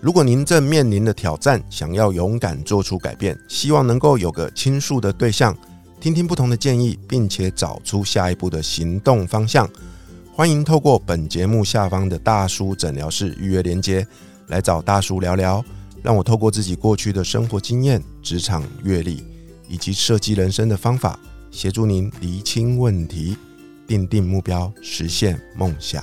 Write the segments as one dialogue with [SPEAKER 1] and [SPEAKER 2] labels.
[SPEAKER 1] 如果您正面临的挑战，想要勇敢做出改变，希望能够有个倾诉的对象，听听不同的建议，并且找出下一步的行动方向，欢迎透过本节目下方的大叔诊疗室预约连接，来找大叔聊聊。让我透过自己过去的生活经验、职场阅历以及设计人生的方法，协助您厘清问题，定定目标，实现梦想。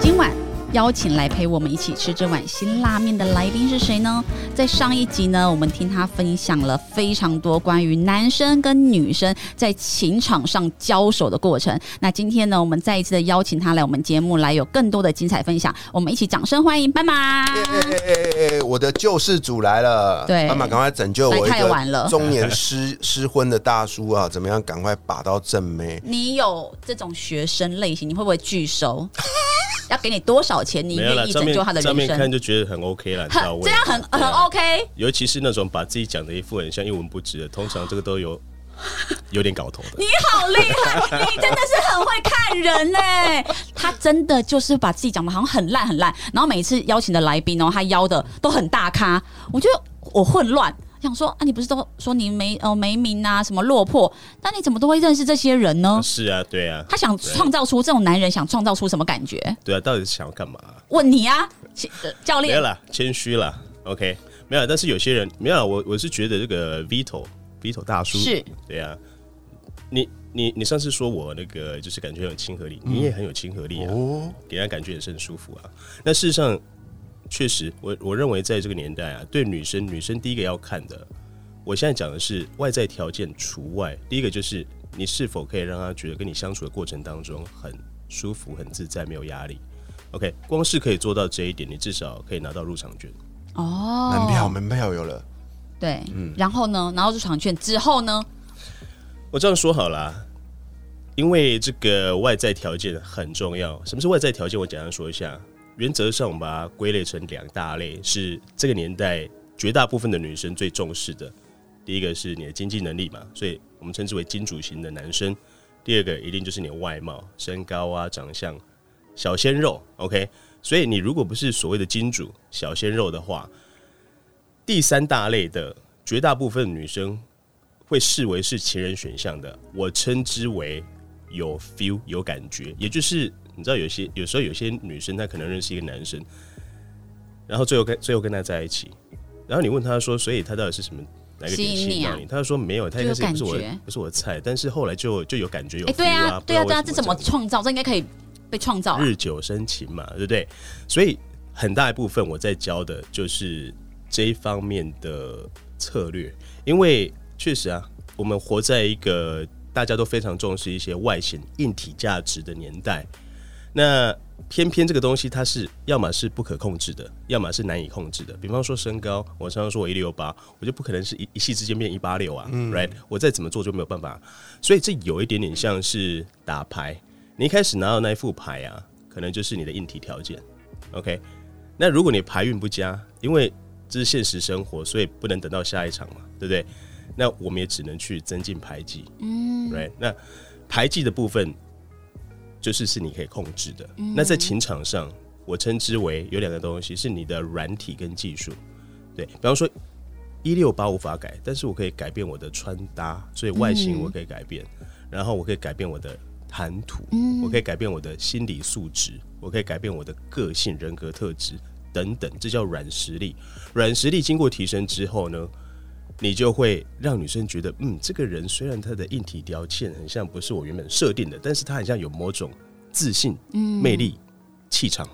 [SPEAKER 2] 今晚邀请来陪我们一起吃这碗辛辣面的来宾是谁呢？在上一集呢，我们听他分享了非常多关于男生跟女生在情场上交手的过程。那今天呢，我们再一次的邀请他来我们节目来有更多的精彩分享。我们一起掌声欢迎斑马。
[SPEAKER 1] 耶！我的救世主来了，
[SPEAKER 2] 对
[SPEAKER 1] 妈妈赶快拯救我一
[SPEAKER 2] 来太晚
[SPEAKER 1] 个
[SPEAKER 2] 了
[SPEAKER 1] 中年失失婚的大叔啊！怎么样？赶快把到正妹。
[SPEAKER 2] 你有这种学生类型，你会不会拒 收？要给你多少钱，你
[SPEAKER 3] 没有啦，
[SPEAKER 2] 愿意
[SPEAKER 3] 正
[SPEAKER 2] 拯
[SPEAKER 3] 面
[SPEAKER 2] 救他的
[SPEAKER 3] 正
[SPEAKER 2] 人
[SPEAKER 3] 面看
[SPEAKER 2] 生？
[SPEAKER 3] 就觉得很 OK 了，你知道
[SPEAKER 2] 很
[SPEAKER 3] 为
[SPEAKER 2] 这样很很
[SPEAKER 3] 对啊
[SPEAKER 2] OK。
[SPEAKER 3] 尤其是那种把自己讲的一副很像一文不值的，通常这个都 有有点搞头的
[SPEAKER 2] 你。好厉 害，你真的是很会看人呢、他真的就是把自己讲的好像很烂很烂，然后每次邀请的来宾哦，他邀的都很大咖，我觉得我混乱，想说啊，你不是都说你没呃没名啊，什么落魄，但你怎么都会认识这些人呢？
[SPEAKER 3] 是啊，对啊，
[SPEAKER 2] 他想创造出这种男人想创造出什么感觉？
[SPEAKER 3] 对啊，到底是想要干嘛啊、
[SPEAKER 2] 问你啊，其呃教
[SPEAKER 3] 没有
[SPEAKER 2] 练，
[SPEAKER 3] 啦，谦虚啦，OK，没有啦。但是有些人没有啦，我我是觉得这个 Vito Vito 大叔
[SPEAKER 2] 是
[SPEAKER 3] 对啊，你你你上次说我那个就是感觉很有亲和力，
[SPEAKER 2] 嗯
[SPEAKER 3] 你也很有亲和力啊，
[SPEAKER 1] 哦，
[SPEAKER 3] 给人家感觉也是很舒服啊。那事实上，确实，我我认为在这个年代啊，对女生，女生第一个要看的，我现在讲的是外在条件除外，第一个就是你是否可以让她觉得跟你相处的过程当中很舒服、很自在、没有压力。OK，光是可以做到这一点，你至少可以拿到入场券。
[SPEAKER 2] 哦，
[SPEAKER 1] 门票门票有了，
[SPEAKER 2] 对，
[SPEAKER 3] 嗯
[SPEAKER 2] 然后呢，然后入场券之后呢，
[SPEAKER 3] 我这样说好啦，因为这个外在条件很重要。什么是外在条件？我简单说一下。原则上，我们把它归类成两大类，是这个年代绝大部分的女生最重视的。第一个是你的经济能力嘛，所以我们称之为金主型的男生；第二个一定就是你的外貌、身高啊、长相、小鲜肉。OK，所以你如果不是所谓的金主、小鲜肉的话，第三大类的绝大部分女生会视为是情人选项的，我称之为有 feel 有感觉，也就是你知道有些有时候有些女生她可能认识一个男生，然后最后跟最后跟他在一起，然后你问他说，所以他到底是什么哪个点
[SPEAKER 2] 吸
[SPEAKER 3] 吸
[SPEAKER 2] 引你
[SPEAKER 3] 引
[SPEAKER 2] 啊
[SPEAKER 3] 到你？他说没有，他一开始
[SPEAKER 2] 就有
[SPEAKER 3] 不是我
[SPEAKER 2] 感觉
[SPEAKER 3] 的不是我的菜，但是后来就就有感觉有
[SPEAKER 2] 哎、对
[SPEAKER 3] feel
[SPEAKER 2] 啊，对啊，
[SPEAKER 3] 不知道为
[SPEAKER 2] 对啊，
[SPEAKER 3] 什
[SPEAKER 2] 这怎么
[SPEAKER 3] 样
[SPEAKER 2] 创造？这应该可以被创造啊、
[SPEAKER 3] 日久生情嘛，对不对？所以很大一部分我在教的就是这一方面的策略，因为确实啊，我们活在一个大家都非常重视一些外形、硬体价值的年代，那偏偏这个东西它是要么是不可控制的，要么是难以控制的。比方说身高，我常常说我一六八，我就不可能是一一夕之间变一八六啊、r i g h t 我再怎么做就没有办法。所以这有一点点像是打牌，你一开始拿到那一副牌啊，可能就是你的硬体条件，OK。那如果你牌运不佳，因为这是现实生活，所以不能等到下一场嘛，对不对？那我们也只能去增进牌技，嗯，right？那牌技的部分就是是你可以控制的。那在情场上，我称之为有两个东西是你的软体跟技术。对，比方说一六八无法改，但是我可以改变我的穿搭，所以外形我可以改变，然后我可以改变我的谈吐，我可以改变我的心理素质，我可以改变我的个性、人格特质等等，这叫软实力。软实力经过提升之后呢？你就会让女生觉得，嗯，这个人虽然他的硬体条件很像不是我原本设定的，但是他很像有某种自信、魅力、气场。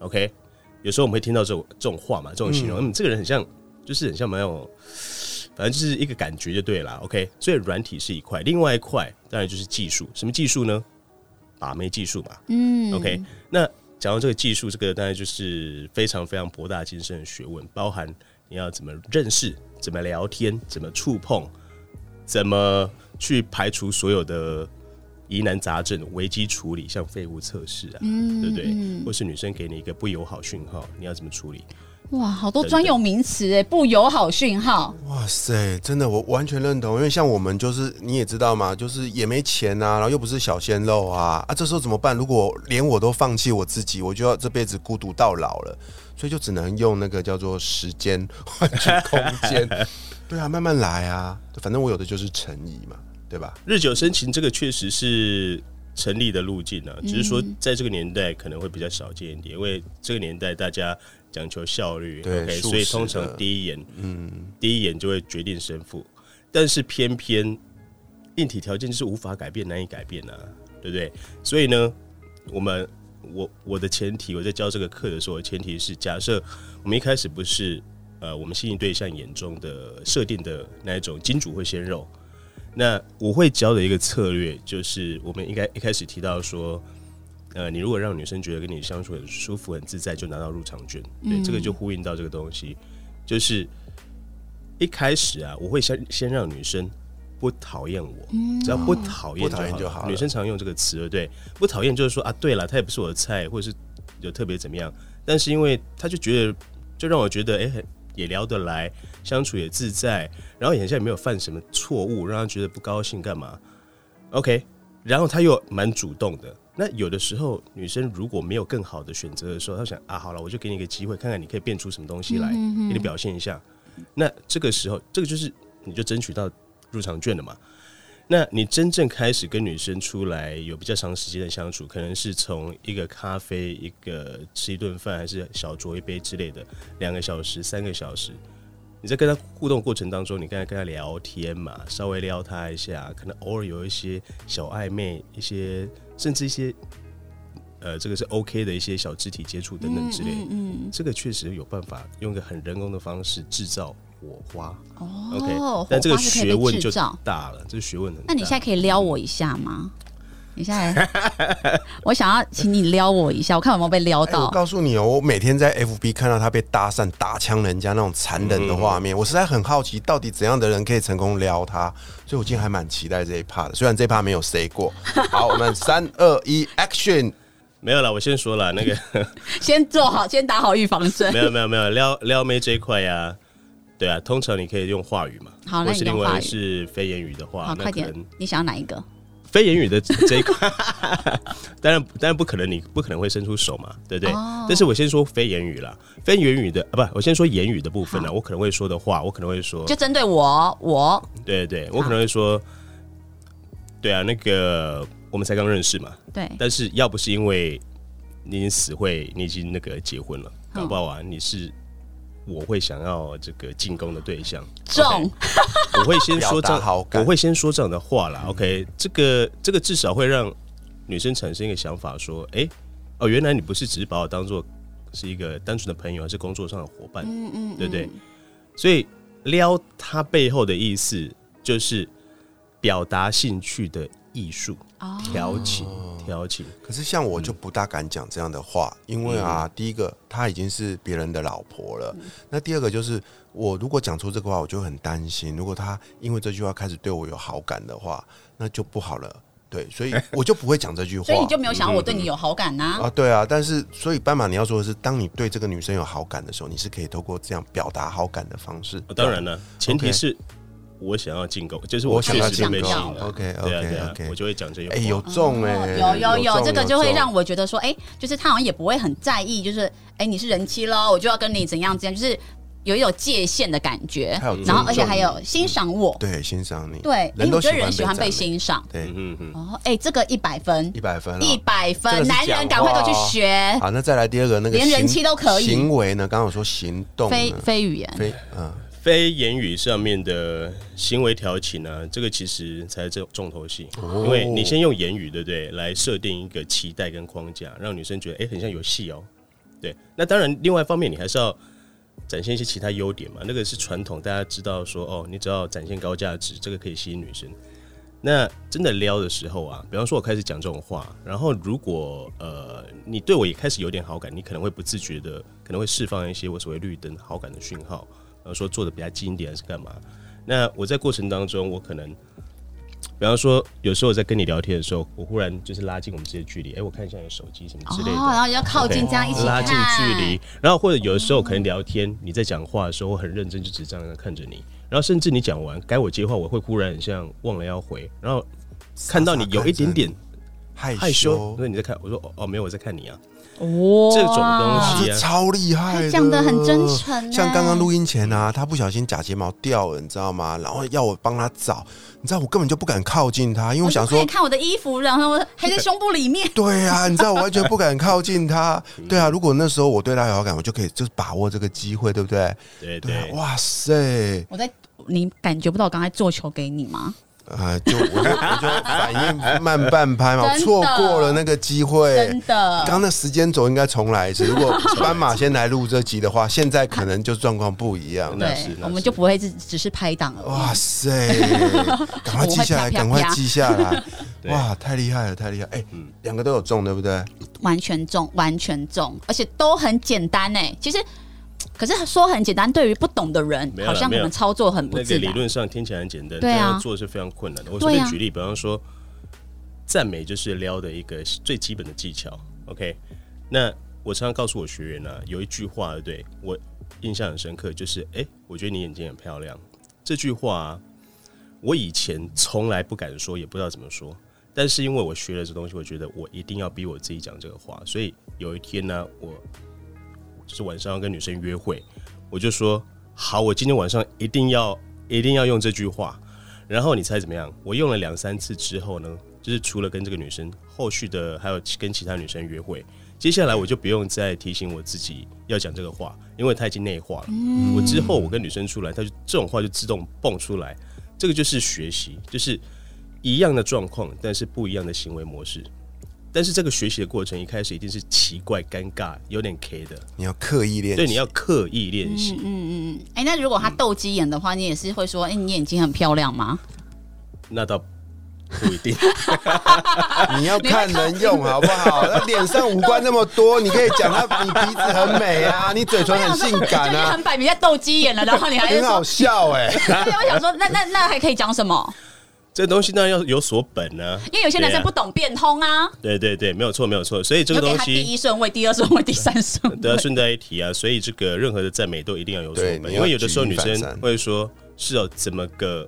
[SPEAKER 3] OK，有时候我们会听到这种这种话嘛，这种形容，嗯，这个人很像，就是很像没有，反正就是一个感觉就对了。OK，所以软体是一块，另外一块当然就是技术，什么技术呢？把妹技术嘛。嗯，OK，那讲到这个技术，这个当然就是非常非常博大精深的学问，包含你要怎么认识、怎么聊天、怎么触碰、怎么去排除所有的疑难杂症、危机处理，像废物测试啊，
[SPEAKER 2] 嗯，
[SPEAKER 3] 对不对？
[SPEAKER 2] 嗯
[SPEAKER 3] 或是女生给你一个不友好讯号，你要怎么处理？
[SPEAKER 2] 哇，好多专有名词哎，不友好讯号，
[SPEAKER 1] 哇塞，真的我完全认同，因为像我们就是你也知道嘛，就是也没钱啊，然后又不是小鲜肉啊，啊，这时候怎么办？如果连我都放弃我自己，我就要这辈子孤独到老了，所以就只能用那个叫做时间换取空间。对啊，慢慢来啊，反正我有的就是诚意嘛，对吧？
[SPEAKER 3] 日久生情，这个确实是成立的路径啊，只是说在这个年代可能会比较少见一点，因为这个年代大家讲求效率
[SPEAKER 1] 对
[SPEAKER 3] ，OK，
[SPEAKER 1] 速食
[SPEAKER 3] 所以通常
[SPEAKER 1] 的
[SPEAKER 3] 第一眼，嗯，第一眼就会决定胜负，但是偏偏硬体条件就是无法改变，难以改变啊，对不对？所以呢，我们我我的前提，我在教这个课的时候，我的前提是假设我们一开始不是呃我们心仪对象眼中的设定的那一种金主或鲜肉，那我会教的一个策略就是我们应该一开始提到说。呃，你如果让女生觉得跟你相处很舒服、很自在，就拿到入场券。对，
[SPEAKER 2] 嗯
[SPEAKER 3] 这个就呼应到这个东西，就是一开始啊，我会先先让女生不讨厌我，只要不讨厌
[SPEAKER 1] 不讨厌就好了
[SPEAKER 3] 女生常用这个词，对不对？不讨厌就是说啊，对了，她也不是我的菜，或者是有特别怎么样，但是因为她就觉得，就让我觉得，哎、很也聊得来，相处也自在，然后眼下也没有犯什么错误，让她觉得不高兴干嘛？OK，然后她又蛮主动的。那有的时候，女生如果没有更好的选择的时候，她想啊，好了，我就给你一个机会，看看你可以变出什么东西来，给你表现一下。那这个时候，这个就是你就争取到入场券了嘛。那你真正开始跟女生出来有比较长时间的相处，可能是从一个咖啡、一个吃一顿饭，还是小酌一杯之类的，两个小时、三个小时。你在跟她互动过程当中，你刚才跟她聊天嘛，稍微撩她一下，可能偶尔有一些小暧昧，一些甚至一些呃，这个是 OK 的一些小肢体接触等等之类的。
[SPEAKER 2] 嗯
[SPEAKER 3] 这个确实有办法用一个很人工的方式制造火花。
[SPEAKER 2] 嗯
[SPEAKER 3] OK，
[SPEAKER 2] 哦，
[SPEAKER 3] 但这个
[SPEAKER 2] 火花是可以
[SPEAKER 3] 学问
[SPEAKER 2] 被
[SPEAKER 3] 就
[SPEAKER 2] 制造
[SPEAKER 3] 大了，这个学问很大。
[SPEAKER 2] 那你现在可以撩我一下吗？你现在， 我想要请你撩我一下，我看有没有被撩
[SPEAKER 1] 哎，我
[SPEAKER 2] 到。
[SPEAKER 1] 告诉你哦，我每天在 FB 看到他被搭讪、打枪人家那种残忍的画
[SPEAKER 2] 嗯
[SPEAKER 1] 面，我实在很好奇，到底怎样的人可以成功撩他？所以我今天还蛮期待这一趴的，虽然这一趴没有 say 过。 好，我们三二一，Action！
[SPEAKER 3] 没有了，我先说了， 那个
[SPEAKER 2] 先做好，先打好预防针
[SPEAKER 3] 没。有没有没有撩撩妹这一块呀、对啊，通常你可以用话语嘛，
[SPEAKER 2] 好那
[SPEAKER 3] 或
[SPEAKER 2] 你
[SPEAKER 3] 是
[SPEAKER 2] 用
[SPEAKER 3] 另
[SPEAKER 2] 话
[SPEAKER 3] 外
[SPEAKER 2] 语
[SPEAKER 3] 是非言语的话
[SPEAKER 2] 好，，
[SPEAKER 3] 啊那
[SPEAKER 2] 快
[SPEAKER 3] 可
[SPEAKER 2] 点
[SPEAKER 3] 能，
[SPEAKER 2] 你想要哪一个？
[SPEAKER 3] 非言语的这这一块， 当然当然不可能，你不可能会伸出手嘛，对不对？
[SPEAKER 2] 哦
[SPEAKER 3] 但是我先说非言语啦，非言语的啊，不，我先说言语的部分啦，
[SPEAKER 2] 好
[SPEAKER 3] 我可能会说的话，我可能会说，
[SPEAKER 2] 就针对我，我
[SPEAKER 3] 对对，我可能会说，对啊，那个我们才刚认识嘛，
[SPEAKER 2] 对，
[SPEAKER 3] 但是要不是因为你已经死会，你已经那个结婚了，
[SPEAKER 2] 嗯
[SPEAKER 3] 搞不好啊，你是我会想要这个进攻的对象。
[SPEAKER 2] 中
[SPEAKER 3] OK，我会先说这
[SPEAKER 1] 表达好
[SPEAKER 3] 样，
[SPEAKER 1] 感嗯
[SPEAKER 3] 我会先说这样的话啦。OK，这个这个至少会让女生产生一个想法，说，哎、哦，原来你不是只是把我当做是一个单纯的朋友，还是工作上的伙伴，
[SPEAKER 2] 嗯嗯
[SPEAKER 3] 对不对？所以撩他背后的意思就是表达兴趣的艺术，
[SPEAKER 2] 哦
[SPEAKER 3] 调情，调情。
[SPEAKER 1] 可是像我就不大敢讲这样的话，因为啊，
[SPEAKER 2] 嗯
[SPEAKER 1] 第一个她已经是别人的老婆了，那第二个就是我如果讲出这个话，我就很担心，如果她因为这句话开始对我有好感的话，那就不好了。对，所 以我就不会讲这句话。
[SPEAKER 2] 所以你就没有想
[SPEAKER 3] 嗯
[SPEAKER 2] 到我对你有好感呐、
[SPEAKER 1] 啊，对啊，但是所以斑马你要说的是，当你对这个女生有好感的时候，你是可以透过这样表达好感的方式。
[SPEAKER 3] 哦、当然了，前提
[SPEAKER 1] OK
[SPEAKER 3] 是我想要进攻，就是
[SPEAKER 1] 我
[SPEAKER 3] 我
[SPEAKER 1] 想
[SPEAKER 3] 确
[SPEAKER 1] 要
[SPEAKER 3] 实
[SPEAKER 1] 进
[SPEAKER 3] 被
[SPEAKER 1] 攻
[SPEAKER 3] 吸引了。
[SPEAKER 1] OK
[SPEAKER 3] 对啊对
[SPEAKER 1] OK
[SPEAKER 3] 啊
[SPEAKER 1] OK，
[SPEAKER 3] 我就会讲这些话。
[SPEAKER 1] 哎有中哎、
[SPEAKER 2] 哦有有有，
[SPEAKER 1] 中
[SPEAKER 2] 这个就会
[SPEAKER 1] 中
[SPEAKER 2] 让我觉得说，哎、就是他好像也不会很在意，就是哎、你是人妻喽，我就要跟你怎样怎样，就是有一种界限的感觉
[SPEAKER 1] 还有，尊
[SPEAKER 2] 然后而且
[SPEAKER 1] 重
[SPEAKER 2] 还有欣赏我，
[SPEAKER 1] 对欣赏你，
[SPEAKER 2] 对，因
[SPEAKER 1] 人
[SPEAKER 2] 为我
[SPEAKER 1] 都
[SPEAKER 2] 觉得人喜欢
[SPEAKER 1] 被赞美，
[SPEAKER 2] 被欣赏。
[SPEAKER 1] 对，
[SPEAKER 3] 嗯嗯
[SPEAKER 2] 哦，哎、这个一百分
[SPEAKER 1] 一，百分了、
[SPEAKER 2] 一百
[SPEAKER 1] 这
[SPEAKER 2] 分，
[SPEAKER 1] 个是
[SPEAKER 2] 男人赶快给我去学，
[SPEAKER 1] 好，那再来第二个那个
[SPEAKER 2] 连人
[SPEAKER 1] 行
[SPEAKER 2] 气都可以
[SPEAKER 1] 行为呢，刚刚我说行动呢
[SPEAKER 2] 非非语言。
[SPEAKER 1] 非嗯，
[SPEAKER 3] 非言语上面的行为调情呢、这个其实才是重头戏，
[SPEAKER 1] 哦
[SPEAKER 3] 因为你先用言语，对不对，来设定一个期待跟框架，让女生觉得哎、很像有戏哦。对，那当然，另外一方面你还是要展现一些其他优点嘛，那个是传统，大家知道说哦，你只要展现高价值，这个可以吸引女生。那真的撩的时候啊，比方说我开始讲这种话，然后如果呃你对我也开始有点好感，你可能会不自觉的可能会释放一些我所谓绿灯好感的讯号，呃说坐的比较近一点还是干嘛？那我在过程当中，我可能比方说有时候我在跟你聊天的时候，我忽然就是拉近我们之间的距离，哎、我看一下你的手机什么之类的，
[SPEAKER 2] 哦然后要靠近
[SPEAKER 3] OK，
[SPEAKER 2] 这样一起
[SPEAKER 3] 拉
[SPEAKER 2] 看，
[SPEAKER 3] 近距离，然后或者有的时候可能聊天，你在讲话的时候，我很认真，就只这样看着你，然后甚至你讲完该我接话，我会忽然很像忘了要回，然后看到你有一点点
[SPEAKER 1] 害
[SPEAKER 3] 害羞，
[SPEAKER 2] 啊
[SPEAKER 1] 羞啊
[SPEAKER 3] 所，以你在看，我说哦哦没有我在看你啊，
[SPEAKER 2] 哇
[SPEAKER 3] 这种东西
[SPEAKER 1] 这超厉害
[SPEAKER 2] 他
[SPEAKER 1] 的，
[SPEAKER 2] 讲的很真诚啊呢
[SPEAKER 1] 像刚刚录音前啊，他不小心假睫毛掉了，你知道吗？然后要我帮他找，你知道我根本就不敢靠近他，因为我想
[SPEAKER 2] 可以
[SPEAKER 1] 说，
[SPEAKER 2] 看我的衣服，然后还在胸部里面。
[SPEAKER 1] 对啊，你知道我完全不敢靠近 他。
[SPEAKER 3] 嗯
[SPEAKER 1] 对啊，如果那时候我对他有好感，我就可以就是把握这个机会，对不对？
[SPEAKER 3] 哎对
[SPEAKER 1] 对啊
[SPEAKER 3] 对，，
[SPEAKER 1] 哇塞，
[SPEAKER 2] 我在，你感觉不到我刚才做球给你吗？
[SPEAKER 1] 啊，就我就 我就反应慢半拍嘛，我
[SPEAKER 2] 真的
[SPEAKER 1] 错过了那个机会
[SPEAKER 2] 真。的，
[SPEAKER 1] 刚刚那时间轴应该重来一次。如 果斑马先来录这集的话，现在可能就状况不一样。
[SPEAKER 3] 那是
[SPEAKER 2] 对，
[SPEAKER 3] 那
[SPEAKER 2] 我们
[SPEAKER 3] 是
[SPEAKER 2] 就不会只只是拍档而已。
[SPEAKER 1] 哇塞！ 赶快记下来，
[SPEAKER 2] 我会啪啪啪
[SPEAKER 1] 赶快记下来！
[SPEAKER 3] 对嗯
[SPEAKER 1] 哇，太厉害了，太厉害！哎，两个都有中，对不对？
[SPEAKER 2] 完全中，完全中，而且都很简单哎。其实，可是说很简单，对于不懂的人
[SPEAKER 3] 没，有啦
[SPEAKER 2] 好像我
[SPEAKER 3] 没有
[SPEAKER 2] 们操作很不
[SPEAKER 3] 那个
[SPEAKER 2] 自
[SPEAKER 3] 理
[SPEAKER 2] 然。
[SPEAKER 3] 论上听起来很简单，
[SPEAKER 2] 对啊
[SPEAKER 3] 但要做是非常困难的。我随
[SPEAKER 2] 对啊
[SPEAKER 3] 便举例，比方说，赞美就是撩的一个最基本的技巧。OK，那我常常告诉我学员呢、啊，有一句话，对不对我印象很深刻，就是哎、诶我觉得你眼睛很漂亮。这句话啊、我以前从来不敢说，也不知道怎么说。但是因为我学了这东西，我觉得我一定要逼我自己讲这个话，所以有一天呢、我就是晚上要跟女生约会，我就说好，我今天晚上一定要一定要用这句话。然后你猜怎么样？我用了两三次之后呢，就是除了跟这个女生，后续的还有跟其他女生约会，接下来我就不用再提醒我自己要讲这个话，因为它已经内化了。
[SPEAKER 2] 嗯
[SPEAKER 3] 我之后我跟女生出来，她就这种话就自动蹦出来。这个就是学习，就是一样的状况，但是不一样的行为模式。但是这个学习的过程一开始一定是奇怪、尴尬、有点 K 的，
[SPEAKER 1] 你要刻意练习，
[SPEAKER 3] 对，你要刻意练习。
[SPEAKER 2] 哎、那如果他斗鸡眼的话，你也是会说，哎、你眼睛很漂亮吗？
[SPEAKER 3] 那倒不一定。
[SPEAKER 1] 你要看人用好不好？那脸上五官那么多，你可以讲他你鼻子很美啊，你嘴唇很性感
[SPEAKER 2] 就已 经
[SPEAKER 1] 啊，
[SPEAKER 2] 很摆明在斗鸡眼了，然后你还是
[SPEAKER 1] 很好
[SPEAKER 2] 说，
[SPEAKER 1] 笑哎、
[SPEAKER 3] 啊
[SPEAKER 2] 对，我想说，那那那还可以讲什么？
[SPEAKER 3] 这东西当然要有所本啊呢、
[SPEAKER 2] 因为有些男生不懂变通啊，
[SPEAKER 3] 对啊、对对对，没有错没有错，所以这
[SPEAKER 2] 你
[SPEAKER 3] 个
[SPEAKER 2] 就给
[SPEAKER 3] 东
[SPEAKER 2] 他第
[SPEAKER 3] 西
[SPEAKER 2] 一顺位、第二顺位、第三顺
[SPEAKER 3] 对啊，
[SPEAKER 2] 位。
[SPEAKER 3] 顺带一提啊，所以这个任何的赞美都一定要有所
[SPEAKER 1] 对
[SPEAKER 3] 本，
[SPEAKER 1] 你
[SPEAKER 3] 因为
[SPEAKER 1] 要
[SPEAKER 3] 有的时候
[SPEAKER 1] 举一
[SPEAKER 3] 女
[SPEAKER 1] 反
[SPEAKER 3] 生
[SPEAKER 1] 三
[SPEAKER 3] 会说是哦怎么个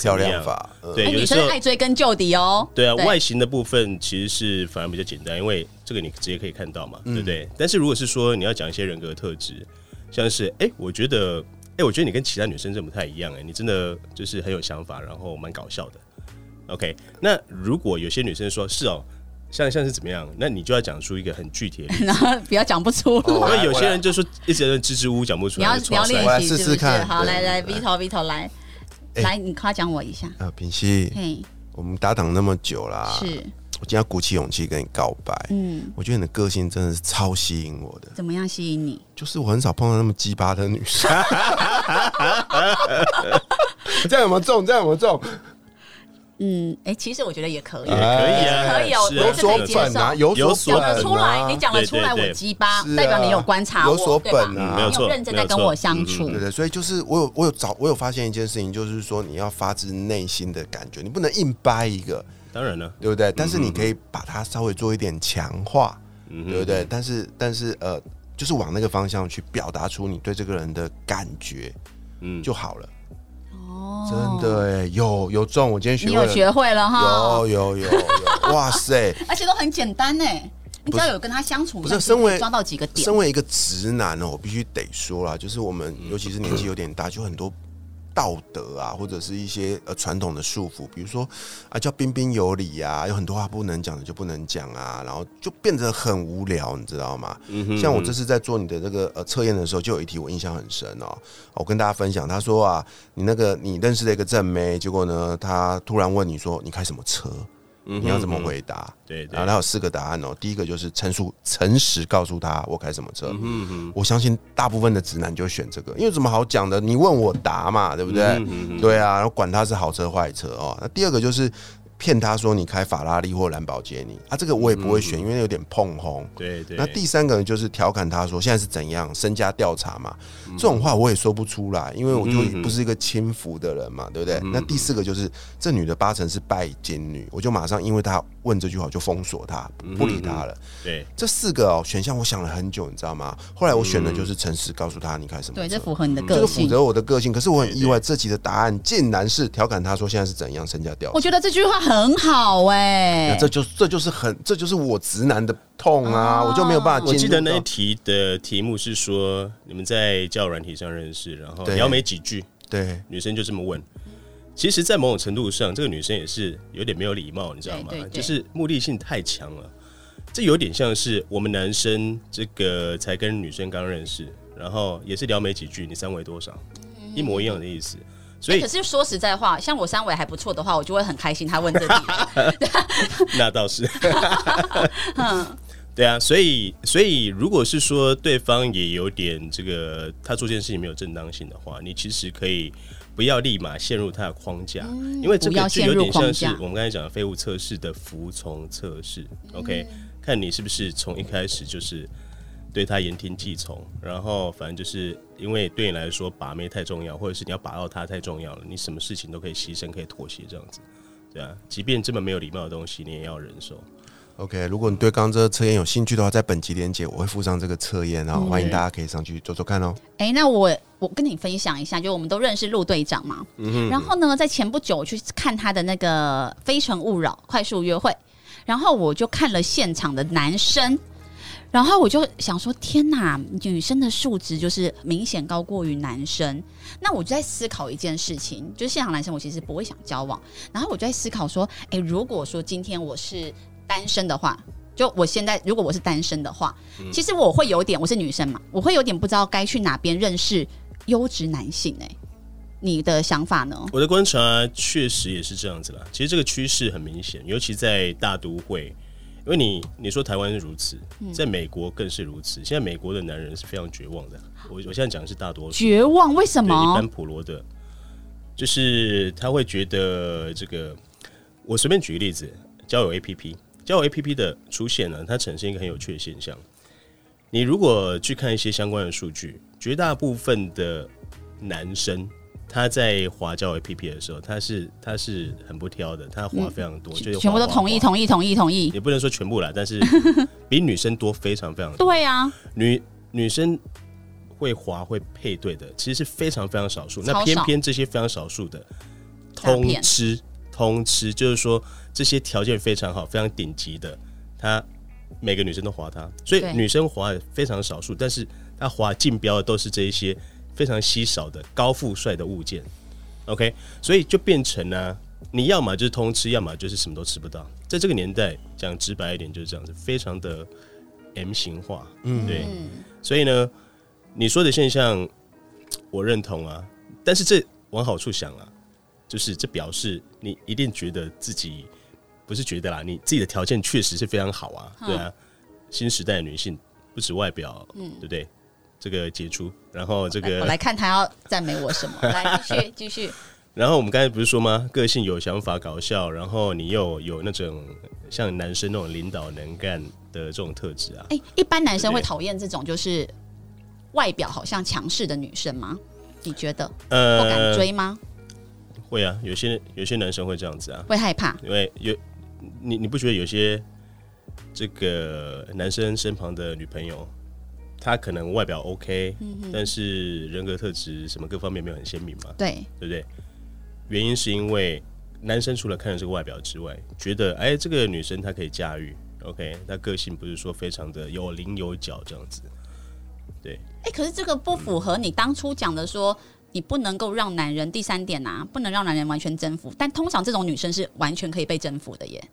[SPEAKER 1] 漂
[SPEAKER 3] 怎么
[SPEAKER 1] 亮
[SPEAKER 3] 样
[SPEAKER 1] 法，嗯
[SPEAKER 3] 对，
[SPEAKER 2] 哎
[SPEAKER 3] 有
[SPEAKER 2] 女
[SPEAKER 3] 的时
[SPEAKER 2] 生
[SPEAKER 3] 候
[SPEAKER 2] 爱追根究底哦。
[SPEAKER 3] 对啊，外形的部分其实是反而比较简单，因为这个你直接可以看到
[SPEAKER 1] 嗯
[SPEAKER 3] 嘛，对不对？但是如果是说你要讲一些人格特质，像是哎、我觉得哎、我觉得你跟其他女生真的不太一样、哎，你真的就是很有想法，然后蛮搞笑的。OK，那如果有些女生说是哦，像像是怎么样，那你就要讲出一个很具体的例子。
[SPEAKER 2] 然后不要讲不出来。
[SPEAKER 1] 哦
[SPEAKER 3] 因为有些人就说一直在那支支吾吾讲不出
[SPEAKER 2] 你
[SPEAKER 3] 来，
[SPEAKER 2] 要
[SPEAKER 3] 就
[SPEAKER 2] 你
[SPEAKER 3] 抓
[SPEAKER 2] 要
[SPEAKER 3] 塞
[SPEAKER 1] 我来
[SPEAKER 2] 练习
[SPEAKER 1] 试
[SPEAKER 2] 是
[SPEAKER 1] 试
[SPEAKER 2] 不是？
[SPEAKER 1] 看
[SPEAKER 2] 好，
[SPEAKER 1] 对
[SPEAKER 2] 来来，Vito Vito 来，
[SPEAKER 1] 哎
[SPEAKER 2] 来你夸奖我一下。
[SPEAKER 1] 啊，平西，
[SPEAKER 2] 嘿，
[SPEAKER 1] 我们搭档那么久啦，
[SPEAKER 2] 是，
[SPEAKER 1] 我今天要鼓起勇气跟你告白。
[SPEAKER 2] 嗯，
[SPEAKER 1] 我觉得你的个性真的是超吸引我的，
[SPEAKER 2] 怎么样吸引你？
[SPEAKER 1] 就是我很少碰到那么鸡巴的女生。这样有没有中？这样有没有中？
[SPEAKER 2] 嗯，哎，其实我觉得也可以
[SPEAKER 3] 也。
[SPEAKER 1] 呃哎
[SPEAKER 3] 可以啊，
[SPEAKER 2] 可以哦
[SPEAKER 3] 是
[SPEAKER 2] 我
[SPEAKER 1] 有
[SPEAKER 2] 觉得
[SPEAKER 1] 所
[SPEAKER 2] 可以接受
[SPEAKER 1] 本啊，有所
[SPEAKER 3] 有所
[SPEAKER 2] 讲
[SPEAKER 1] 本、啊、
[SPEAKER 2] 得出来，你讲得出来，
[SPEAKER 3] 对对对
[SPEAKER 2] 我鸡巴
[SPEAKER 1] 是啊，
[SPEAKER 2] 代表你有观察我，
[SPEAKER 1] 有所
[SPEAKER 2] 对吧
[SPEAKER 1] 本啊
[SPEAKER 3] 嗯没有
[SPEAKER 2] 你
[SPEAKER 3] 错
[SPEAKER 2] 认真在跟我相处
[SPEAKER 3] 没
[SPEAKER 1] 对。对，所以就是我有我有找我有发现一件事情，就是说你要发自内心的感觉，你不能硬掰一个，
[SPEAKER 3] 当然了，
[SPEAKER 1] 对不对？但是你可以把它稍微做一点强化，
[SPEAKER 3] 嗯哼
[SPEAKER 1] 对不对？但是但是呃，就是往那个方向去表达出你对这个人的感觉
[SPEAKER 3] 嗯，
[SPEAKER 1] 就好了。真
[SPEAKER 2] 哦，
[SPEAKER 1] 的哎、有有中，我今天嗯学
[SPEAKER 2] 你
[SPEAKER 1] 会
[SPEAKER 2] 有
[SPEAKER 1] 了，
[SPEAKER 2] 学会了哈
[SPEAKER 1] 有，有有有，哇塞！
[SPEAKER 2] 而且都很简单哎。你只要有跟他相处，
[SPEAKER 1] 不是
[SPEAKER 2] 你就可以
[SPEAKER 1] 身为
[SPEAKER 2] 抓到几个点
[SPEAKER 1] 身，为一个直男哦，我必须得说啦，就是我们
[SPEAKER 3] 嗯
[SPEAKER 1] 尤其是年纪有点大，就很多道德啊，或者是一些呃传统的束缚，比如说啊叫彬彬有礼啊，有很多话不能讲的就不能讲啊，然后就变得很无聊，你知道吗？
[SPEAKER 3] 嗯
[SPEAKER 1] 像我这次在做你的这个呃测验的时候，就有一题我印象很深哦，我跟大家分享，他说啊，你那个你认识的一个正妹，结果呢，他突然问你说你开什么车？
[SPEAKER 3] 嗯哼
[SPEAKER 1] 你要怎么回答？
[SPEAKER 3] 对对
[SPEAKER 1] 然后它有四个答案哦。第一个就是陈述诚实告诉他我开什么车，
[SPEAKER 3] 嗯哼，
[SPEAKER 1] 我相信大部分的直男就会选这个，因为有什么好讲的？你问我答嘛，对不对？
[SPEAKER 3] 嗯嗯嗯
[SPEAKER 1] 对啊，然后管他是好车坏车哦。那第二个就是骗他说你开法拉利或兰博基尼啊，这个我也不会
[SPEAKER 3] 嗯
[SPEAKER 1] 选，因为有点碰红。
[SPEAKER 3] 对对。
[SPEAKER 1] 那第三个呢，就是调侃他说现在是怎样身家调查嘛，
[SPEAKER 3] 嗯
[SPEAKER 1] 这种话我也说不出来，因为我就不是一个轻浮的人嘛，对
[SPEAKER 3] 嗯
[SPEAKER 1] 不对？那第四个就是这女的八成是拜金女，我就马上因为她问这句话我就封锁她，
[SPEAKER 3] 嗯
[SPEAKER 1] 不理她了。
[SPEAKER 3] 对
[SPEAKER 1] 这四个哦选项我想了很久，你知道吗？后来我选的
[SPEAKER 3] 嗯
[SPEAKER 1] 就是诚实告诉她你开什么车，
[SPEAKER 2] 对，这符合你的
[SPEAKER 1] 嗯这
[SPEAKER 2] 个
[SPEAKER 1] 个符
[SPEAKER 2] 性。
[SPEAKER 1] 合我的个性。可是我很意外，这集的答案竟然是调侃她说现在是怎样身家调查
[SPEAKER 2] 我。觉得这句话很好哎、
[SPEAKER 1] 那嗯这就这就是很这就是我直男的痛啊，
[SPEAKER 2] 哦
[SPEAKER 1] 我就没有办法进
[SPEAKER 3] 我
[SPEAKER 1] 入到。
[SPEAKER 3] 记得那一题的题目是说，你们在交友软体上认识，然后
[SPEAKER 1] 对
[SPEAKER 3] 聊没几句，
[SPEAKER 1] 对
[SPEAKER 3] 女生就这么问。其实，在某种程度上，这个女生也是有点没有礼貌，你知道吗
[SPEAKER 2] 对对？对
[SPEAKER 3] 就是目的性太强了，这有点像是我们男生这个才跟女生刚认识，然后也是聊没几句，你三围多少，
[SPEAKER 2] 嗯
[SPEAKER 3] 一模一样的意思。所
[SPEAKER 2] 欸
[SPEAKER 3] 以
[SPEAKER 2] 可是说实在话，像我三围还不错的话，我就会很开心他问这题。
[SPEAKER 3] 那 倒是，
[SPEAKER 2] 嗯
[SPEAKER 3] 对啊，所以所以如果是说对方也有点这个他做这件事情没有正当性的话，你其实可以不要立马陷入他的框架，因为
[SPEAKER 2] 嗯
[SPEAKER 3] 这
[SPEAKER 2] 不要
[SPEAKER 3] 个就
[SPEAKER 2] 陷
[SPEAKER 3] 有
[SPEAKER 2] 入
[SPEAKER 3] 点
[SPEAKER 2] 框
[SPEAKER 3] 像是
[SPEAKER 2] 架嗯
[SPEAKER 3] 我们刚才讲的废物测试的服从测试。OK，看你是不是从一开始就是。对他言听计从，然后反正就是因为对你来说把妹太重要，或者是你要把到他太重要了，你什么事情都可以牺牲，可以妥协这样子，对啊，即便这么没有礼貌的东西，你也要忍受。
[SPEAKER 1] OK，如果你对刚刚这个测验有兴趣的话，在本集连接我会附上这个测验啊，欢迎大家可以上去做做看哦。
[SPEAKER 2] 哎、那我我跟你分享一下，就我们都认识陆队长嘛。然后呢，在前不久我去看他的那个《非诚勿扰》快速约会，然后我就看了现场的男生，然后我就想说，天哪，女生的素质就是明显高过于男生。那我就在思考一件事情，就是现场男生我其实不会想交往，然后我就在思考说，哎、如果说今天我是单身的话，就我现在如果我是单身的话，
[SPEAKER 3] 嗯
[SPEAKER 2] 其实我会有点，我是女生嘛，我会有点不知道该去哪边认识优质男性哎、你的想法呢？
[SPEAKER 3] 我的观察确实也是这样子啦。其实这个趋势很明显，尤其在大都会，因为你你说台湾是如此，在美国更是如此。现在美国的男人是非常绝望的。我我现在讲的是大多数，
[SPEAKER 2] 绝望？为什
[SPEAKER 3] 对一
[SPEAKER 2] 么
[SPEAKER 3] 般？普罗的，就是他会觉得这个。我随便举个例子，交友 APP，交友 APP 的出现呢，它呈现一个很有趣的现象。你如果去看一些相关的数据，绝大部分的男生他在滑交友 APP 的时候，他是他是很不挑的，他滑非常多，就是
[SPEAKER 2] 嗯全部都
[SPEAKER 3] 滑
[SPEAKER 2] 同意，，
[SPEAKER 3] 滑
[SPEAKER 2] 同意，同意，同
[SPEAKER 3] 滑
[SPEAKER 2] 意。
[SPEAKER 3] 也不能说全部啦，但是比女生多非常非常多。
[SPEAKER 2] 对啊，
[SPEAKER 3] 女女生会滑会配对的，其实是非常非常少数。
[SPEAKER 2] 超
[SPEAKER 3] 那
[SPEAKER 2] 少
[SPEAKER 3] 偏偏这些非常少数的
[SPEAKER 2] 诈
[SPEAKER 3] 通
[SPEAKER 2] 骗
[SPEAKER 3] 吃通吃，就是说这些条件非常好、非常顶级的，她每个女生都滑她，所以
[SPEAKER 2] 对
[SPEAKER 3] 女生滑得非常少数，但是她滑竞标的都是这一些非常稀少的高富帅的物件。OK，所以就变成呢、你要么就是通吃，要么就是什么都吃不到。在这个年代，讲直白一点就是这样子，非常的 M 型化，嗯，对。所以呢，你说的现象我认同啊，但是这往好处想啊，就是这表示你一定觉得自己不是觉得啦，你自己的条件确实是非常好啊，
[SPEAKER 2] 嗯
[SPEAKER 3] 对啊。新时代的女性不止外表，
[SPEAKER 2] 嗯
[SPEAKER 3] 对不对？这个杰出，然后这个
[SPEAKER 2] 我来看他要赞美我 什么。来，继续，继续。
[SPEAKER 3] 然后我们刚才不是说吗？个性有想法、搞笑，然后你又有那种像男生那种领导能干的这种特质啊。
[SPEAKER 2] 哎、一般男生会讨厌这种就是外表好像强势的女生吗？你觉得不敢
[SPEAKER 3] 呃，
[SPEAKER 2] 追吗？
[SPEAKER 3] 会啊，有些有些男生会这样子啊，
[SPEAKER 2] 会害怕？
[SPEAKER 3] 因为有你你不觉得有些这个男生身旁的女朋友，她可能外表 OK，、但是人格特质什么各方面没有很鲜明嘛？
[SPEAKER 2] 对，
[SPEAKER 3] 对不对？原因是因为男生除了看了这个外表之外，觉得哎，这个女生她可以驾驭，OK，她个性不是说非常的有棱有角这样子。
[SPEAKER 2] 哎、可是这个不符合你当初讲的说。你不能够让男人第三点啊，不能让男人完全征服。但通常这种女生是完全可以被征服的耶。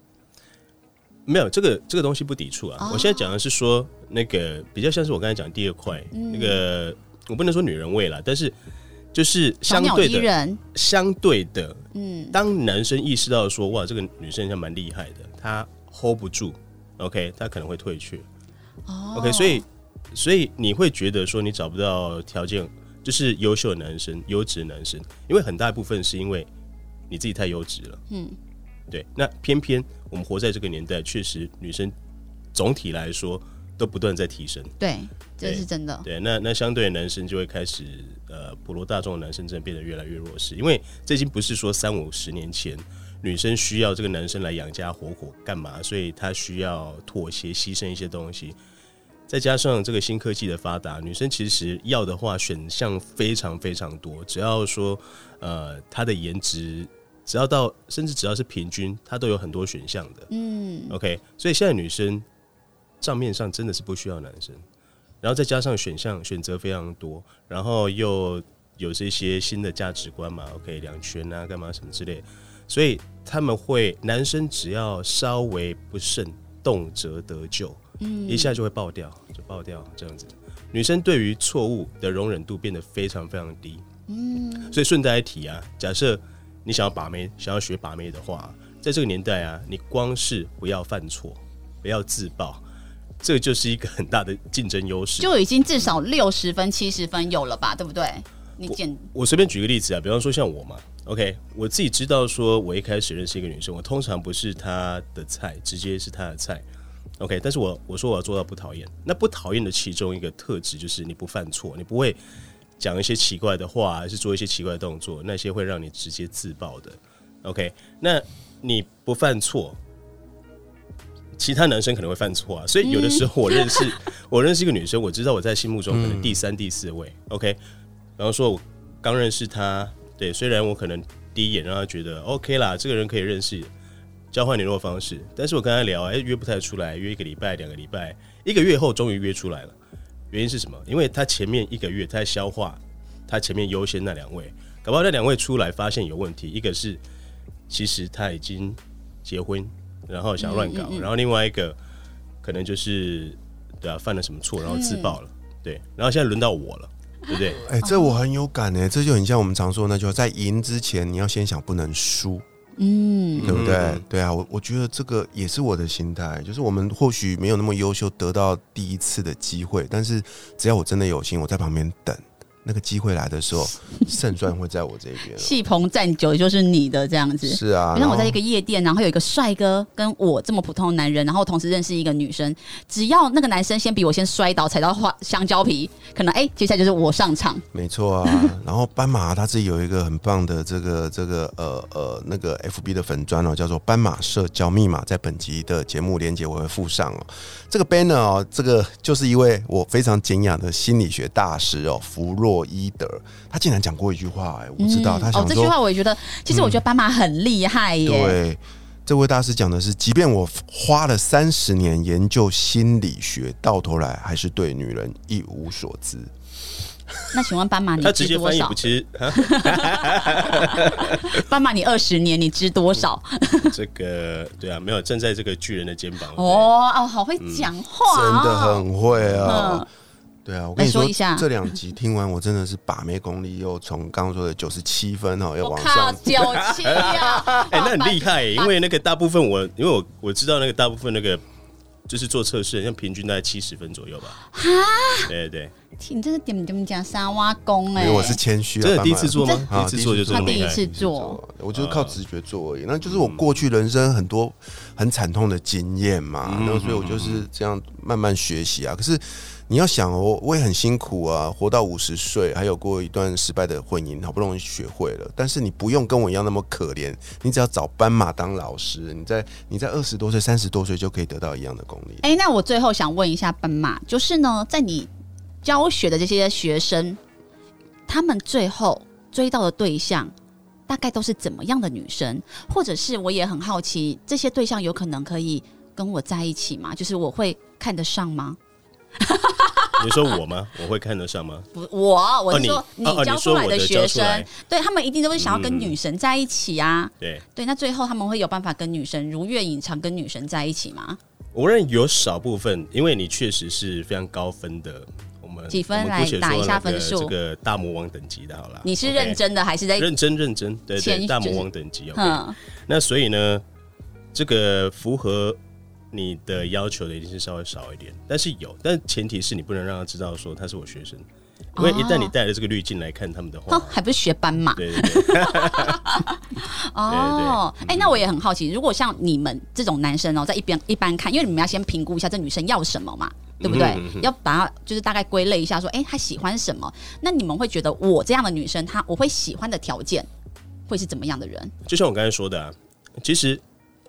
[SPEAKER 3] 没有这个这个东西不抵触
[SPEAKER 2] 哦
[SPEAKER 3] 啊。我现在讲的是说
[SPEAKER 2] 嗯
[SPEAKER 3] 那个比较像是我刚才讲第二块、那个，我不能说女人味啦，但是就是
[SPEAKER 2] 小
[SPEAKER 3] 相
[SPEAKER 2] 鸟
[SPEAKER 3] 对
[SPEAKER 2] 依
[SPEAKER 3] 的，
[SPEAKER 2] 人，
[SPEAKER 3] 相对的，
[SPEAKER 2] 嗯，
[SPEAKER 3] 当男生意识到说，哇，这个女生好像蛮厉害的，她 hold 不住，OK，她可能会退却。
[SPEAKER 2] 哦
[SPEAKER 3] OK，所以所以你会觉得说你找不到条件就是优秀的男生、优质的男生，因为很大一部分是因为你自己太优质了。
[SPEAKER 2] 嗯，
[SPEAKER 3] 对。那偏偏我们活在这个年代，确实女生总体来说都不断在提升。
[SPEAKER 2] 对，这
[SPEAKER 3] 对
[SPEAKER 2] 是真的，
[SPEAKER 3] 对，那那相对的男生就会开始，呃，普罗大众的男生真的变得越来越弱势，因为这已经不是说三五十年前女生需要这个男生来养家活口干嘛，所以她需要妥协牺牲一些东西。再加上这个新科技的发达，女生其实要的话选项非常非常多，只要说呃她的颜值，只要到甚至只要是平均，她都有很多选项的。
[SPEAKER 2] 嗯，
[SPEAKER 3] OK，所以现在女生账面上真的是不需要男生，然后再加上选项选择非常多，然后又有这些新的价值观嘛，OK，两全啊，干嘛什么之类，所以他们会男生只要稍微不慎，动辄得咎，嗯，一下就会爆掉，就爆掉这样子。女生对于错误的容忍度变得非常非常低，嗯，所以顺带一提啊，假设你想要把妹，想要学把妹的话，在这个年代啊，你光是不要犯错，不要自爆，这个就是一个很大的竞争优势。
[SPEAKER 2] 就已经至少六十分、七十分有了吧，对不对？你简
[SPEAKER 3] 我随便举个例子啊，比方说像我嘛，OK，我自己知道说，我一开始认识一个女生，我通常不是她的菜，直接是她的菜，OK，但是我我说我要做到不讨厌，那不讨厌的其中一个特质就是你不犯错，你不会讲一些奇怪的话，还是做一些奇怪的动作，那些会让你直接自爆的，OK，那你不犯错。其他男生可能会犯错啊，所以有的时候我认识、我认识一个女生，我知道我在心目中可能第三、第四位，OK，然后说我刚认识他，对，虽然我可能第一眼让他觉得 OK 啦，这个人可以认识，交换联络方式，但是我跟他聊，哎、约不太出来，约一个礼拜、两个礼拜，一个月后终于约出来了。原因是什么？因为他前面一个月他在消化，他前面优先那两位，搞不好那两位出来发现有问题，一个是其实他已经结婚，然后想乱搞，然后另外一个可能就是对啊犯了什么错，然后自爆了，对，然后现在轮到我了，对不对？
[SPEAKER 1] 哎、这我很有感哎、这就很像我们常说的那句话，在赢之前你要先想不能输，
[SPEAKER 2] 嗯，
[SPEAKER 1] 对不对？
[SPEAKER 3] 嗯
[SPEAKER 1] 对啊，我我觉得这个也是我的心态，就是我们或许没有那么优秀，得到第一次的机会，但是只要我真的有心，我在旁边等那个机会来的时候，胜算会在我这边。哦
[SPEAKER 2] 戏棚站久就是你的这样子。
[SPEAKER 1] 是啊，
[SPEAKER 2] 比如
[SPEAKER 1] 然
[SPEAKER 2] 我
[SPEAKER 1] 后
[SPEAKER 2] 在一个夜店，然后有一个帅哥跟我这么普通的男人，然后同时认识一个女生，只要那个男生先比我先摔倒，踩到花香蕉皮，可能哎、接下来就是我上场。
[SPEAKER 1] 没错啊， 然后斑马他自己有一个很棒的这个这个呃呃那个 FB 的粉砖哦，叫做斑马社交密码，在本集的节目连接我会附上哦。这个 banner 哦，这个就是一位我非常敬仰的心理学大师哦，弗洛伊德，他竟然讲过一句话、哎，我不知道、
[SPEAKER 2] 嗯
[SPEAKER 1] 他
[SPEAKER 2] 哦
[SPEAKER 1] 想，
[SPEAKER 2] 这句
[SPEAKER 1] 说，嗯
[SPEAKER 2] 话我也觉得，其实我觉得斑马很厉害耶。
[SPEAKER 1] 对，这位大师讲的是，即便我花了三十年研究心理学，到头来还是对女人一无所知。
[SPEAKER 2] 那请问斑马你
[SPEAKER 3] 他直
[SPEAKER 2] 值
[SPEAKER 3] 接
[SPEAKER 2] 多
[SPEAKER 3] 翻译
[SPEAKER 2] 少
[SPEAKER 3] 不，？其实啊
[SPEAKER 2] 斑马你二十年你值多少？
[SPEAKER 1] 嗯
[SPEAKER 3] 这个对啊，没有站在这个巨人的肩膀。哦，
[SPEAKER 2] 哦哦，好会讲话、
[SPEAKER 1] 嗯真
[SPEAKER 2] 哦
[SPEAKER 1] 的很会哦。
[SPEAKER 2] 嗯
[SPEAKER 1] 对啊，我跟你
[SPEAKER 2] 来说一下
[SPEAKER 1] 这两集听完，我真的是把妹功力又从刚刚说的九十七分哦，又
[SPEAKER 2] 我
[SPEAKER 1] 往
[SPEAKER 2] 靠，
[SPEAKER 1] 上。
[SPEAKER 2] 九七啊！
[SPEAKER 3] 哎、那很厉害、因为那个大部分我，因为我我知道那个大部分那个就是做测试，像平均大概七十分左右吧。对对
[SPEAKER 2] 你这是点点讲三蛙功
[SPEAKER 1] 因
[SPEAKER 2] 哎，
[SPEAKER 1] 为我是谦虚
[SPEAKER 3] 对，
[SPEAKER 1] 啊，
[SPEAKER 3] 真的第一
[SPEAKER 1] 慢慢
[SPEAKER 3] 次做吗？
[SPEAKER 1] 啊
[SPEAKER 3] 第一次做就这么
[SPEAKER 2] 他第
[SPEAKER 3] 厉
[SPEAKER 2] 一
[SPEAKER 3] 害
[SPEAKER 2] 次。做，
[SPEAKER 1] 我就是靠直觉做而已。那就是我过去人生很多很惨痛的经验嘛，然后所以我就是这样慢慢学习啊。可是你要想哦，我也很辛苦啊，活到五十岁，还有过一段失败的婚姻，好不容易学会了。但是你不用跟我一样那么可怜，你只要找斑马当老师，你在你在二十多岁、三十多岁就可以得到一样的功力。
[SPEAKER 2] 哎、那我最后想问一下斑马，就是呢，在你教学的这些学生，他们最后追到的对象大概都是怎么样的女生？或者是我也很好奇，这些对象有可能可以跟我在一起吗？就是我会看得上吗？
[SPEAKER 3] 你说我吗？我会看得上吗？
[SPEAKER 2] 不，我我
[SPEAKER 3] 哦
[SPEAKER 2] 是
[SPEAKER 3] 你
[SPEAKER 2] 说、
[SPEAKER 3] 哦哦你
[SPEAKER 2] 教
[SPEAKER 3] 说
[SPEAKER 2] 出来
[SPEAKER 3] 我的
[SPEAKER 2] 学
[SPEAKER 3] 教出
[SPEAKER 2] 生，
[SPEAKER 3] 来嗯
[SPEAKER 2] 对他们一定都会想要跟女神在一起啊。
[SPEAKER 3] 对，
[SPEAKER 2] 对，那最后他们会有办法跟女神如愿以偿，跟女神在一起吗？
[SPEAKER 3] 我认为有少部分，因为你确实是非常高分的，我们了，
[SPEAKER 2] 几分
[SPEAKER 3] 我们
[SPEAKER 2] 来
[SPEAKER 3] 姑且
[SPEAKER 2] 打
[SPEAKER 3] 说
[SPEAKER 2] 一下
[SPEAKER 3] 那
[SPEAKER 2] 分
[SPEAKER 3] 个
[SPEAKER 2] 数
[SPEAKER 3] 这个大魔王等级的好了，
[SPEAKER 2] 你是
[SPEAKER 3] OK
[SPEAKER 2] 认真的还是在？
[SPEAKER 3] 认真认真，对
[SPEAKER 2] 前
[SPEAKER 3] 对，大
[SPEAKER 2] 就
[SPEAKER 3] 魔
[SPEAKER 2] 是
[SPEAKER 3] 王等级。OK
[SPEAKER 2] 嗯，
[SPEAKER 3] 那所以呢，这个符合你的要求的一定是稍微少一点，但是有，但前提是你不能让他知道说他是我学生，因为一旦你带了这个滤镜来看他们的话，
[SPEAKER 2] 哼，还不是学班嘛？
[SPEAKER 3] 对对对，
[SPEAKER 2] 哦，哎、那我也很好奇，如果像你们这种男生哦，在一边一般看，因为你们要先评估一下这女生要什么嘛，对不对？
[SPEAKER 3] 嗯哼嗯哼
[SPEAKER 2] 要把它就是大概归类一下，说，哎、她喜欢什么？那你们会觉得我这样的女生，她我会喜欢的条件会是怎么样的人？
[SPEAKER 3] 就像我刚才说的、啊，其实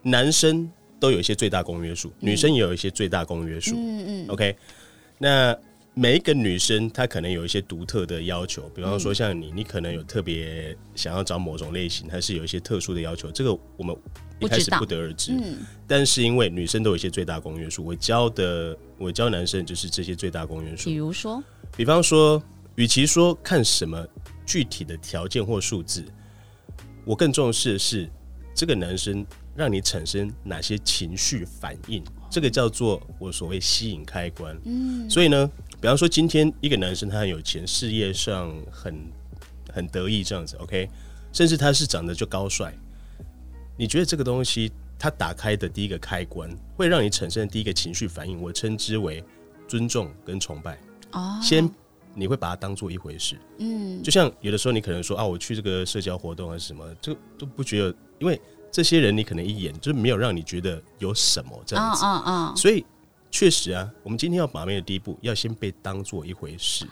[SPEAKER 3] 男生都有一些最大公约数，女生也有一些最大公约数。
[SPEAKER 2] 嗯嗯，
[SPEAKER 3] OK，那每一个女生她可能有一些独特的要求，比
[SPEAKER 2] 嗯
[SPEAKER 3] 方说像你，你可能有特别想要找某种类型，还是有一些特殊的要求，这个我们一
[SPEAKER 2] 不
[SPEAKER 3] 开
[SPEAKER 2] 知
[SPEAKER 3] 始
[SPEAKER 2] 道
[SPEAKER 3] 不得而知。
[SPEAKER 2] 嗯
[SPEAKER 3] 但是因为女生都有一些最大公约数，我教的我教男生就是这些最大公约数
[SPEAKER 2] 比，如说，
[SPEAKER 3] 比方说，与其说看什么具体的条件或数字，我更重视的是这个男生让你产生哪些情绪反应，这个叫做我所谓吸引开关。嗯，所以呢，比方说今天一个男生他很有钱，事业上很很得意这样子，OK，甚至他是长得就高帅，你觉得这个东西他打开的第一个开关，会让你产生的第一个情绪反应，我称之为尊重跟崇拜。
[SPEAKER 2] 哦，
[SPEAKER 3] 先你会把它当做一回事。嗯，就像有的时候你可能说啊，我去这个社交活动还啊是什么，这个都不觉得，因为这些人你可能一眼就没有让你觉得有什么这样
[SPEAKER 2] 嗯
[SPEAKER 3] 子，
[SPEAKER 2] 嗯嗯，
[SPEAKER 3] 所以确实啊，我们今天要把妹的第一步，要先被当做一回事。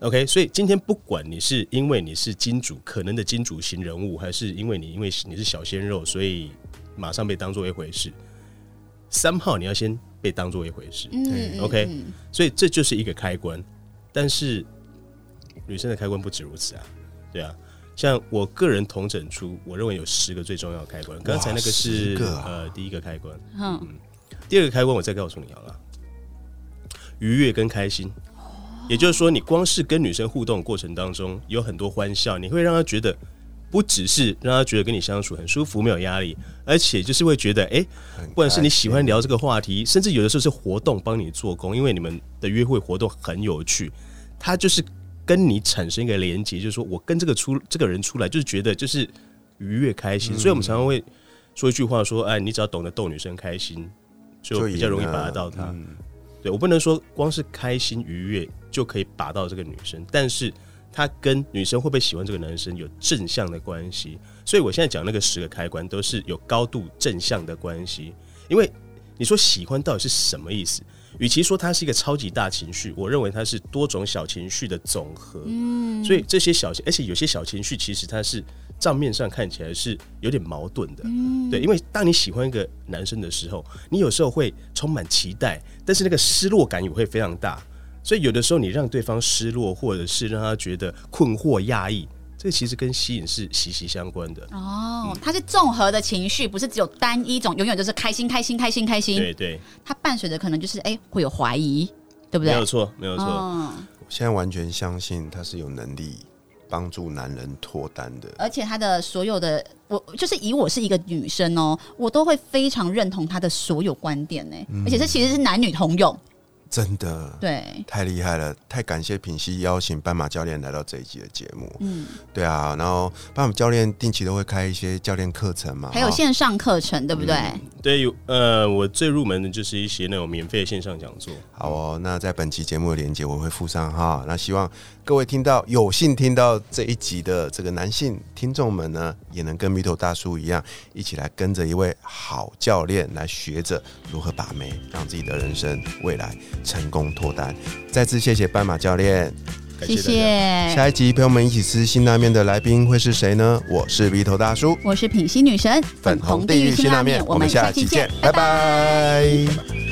[SPEAKER 3] OK，所以今天不管你是因为你是金主可能的金主型人物，还是因为你因为你是小鲜肉，所以马上被当做一回事，三号你要先被当做一回事。
[SPEAKER 2] 嗯嗯
[SPEAKER 3] OK，
[SPEAKER 2] 嗯
[SPEAKER 3] 所以这就是一个开关。但是女生的开关不止如此啊，对啊。像我个人统整出，我认为有十个最重要的开关。刚才那个
[SPEAKER 1] 十
[SPEAKER 3] 是
[SPEAKER 1] 个啊
[SPEAKER 3] 呃第一个开关，
[SPEAKER 2] 嗯，
[SPEAKER 3] 第二个开关我再告诉你好了，愉悦跟开心。也就是说，你光是跟女生互动的过程当中，有很多欢笑，你会让她觉得，不只是让她觉得跟你相处很舒服、没有压力，而且就是会觉得，哎、不管是你喜欢聊这个话题，甚至有的时候是活动帮你做工，因为你们的约会活动很有趣，他就是跟你产生一个连接，就是说我跟这个出这个人出来，就是觉得就是愉悦开心，所以我们常常会说一句话说，哎，你只要懂得逗女生开心，就
[SPEAKER 1] 就
[SPEAKER 3] 比较
[SPEAKER 1] 赢
[SPEAKER 3] 容易
[SPEAKER 1] 了
[SPEAKER 3] 把得到她。
[SPEAKER 1] 嗯
[SPEAKER 3] 对我不能说光是开心愉悦就可以把到这个女生，但是她跟女生会不会喜欢这个男生有正向的关系。所以我现在讲那个十个开关都是有高度正向的关系，因为你说喜欢到底是什么意思？与其说它是一个超级大情绪，我认为它是多种小情绪的总和。嗯，所以这些小情，而且有些小情绪其实它是账面上看起来是有点矛盾的。
[SPEAKER 2] 嗯
[SPEAKER 3] 对，因为当你喜欢一个男生的时候，你有时候会充满期待，但是那个失落感也会非常大。所以有的时候你让对方失落，或者是让他觉得困惑、压抑，这其实跟吸引是息息相关的。
[SPEAKER 2] 哦，它是综合的情绪，不是只有单一种，永远就是开心、开心、开心、开心。
[SPEAKER 3] 对对，
[SPEAKER 2] 它伴随着可能就是哎、会有怀疑，对不
[SPEAKER 3] 没
[SPEAKER 2] 对？
[SPEAKER 3] 有错，没有错。
[SPEAKER 2] 嗯，
[SPEAKER 1] 我现在完全相信他是有能力帮助男人脱单的。
[SPEAKER 2] 而且他的所有的，我就是以我是一个女生哦，我都会非常认同他的所有观点呢、而且这其实是男女通用，
[SPEAKER 1] 真的
[SPEAKER 2] 对，
[SPEAKER 1] 太厉害了！太感谢品熙邀请斑马教练来到这一集的节目。
[SPEAKER 2] 嗯，
[SPEAKER 1] 对啊，然后斑马教练定期都会开一些教练课程嘛，
[SPEAKER 2] 还有
[SPEAKER 1] 哦
[SPEAKER 2] 线上课程，对不对？
[SPEAKER 3] 对，有呃，我最入门的就是一些那种免费的线上讲座。
[SPEAKER 1] 好哦，那在本期节目的连接我会附上哈。那希望各位听到有幸听到这一集的这个男性听众们呢，也能跟米头大叔一样，一起来跟着一位好教练来学着如何把妹，让自己的人生未来成功脱单。再次谢谢斑马教练，
[SPEAKER 3] 感
[SPEAKER 2] 谢
[SPEAKER 3] 大家。
[SPEAKER 2] 谢，
[SPEAKER 1] 下一集陪我们一起吃辛拉面的来宾会是谁呢？我是米头大叔，
[SPEAKER 2] 我是品心女神，
[SPEAKER 1] 粉红地狱辛拉面，我们下期见，拜拜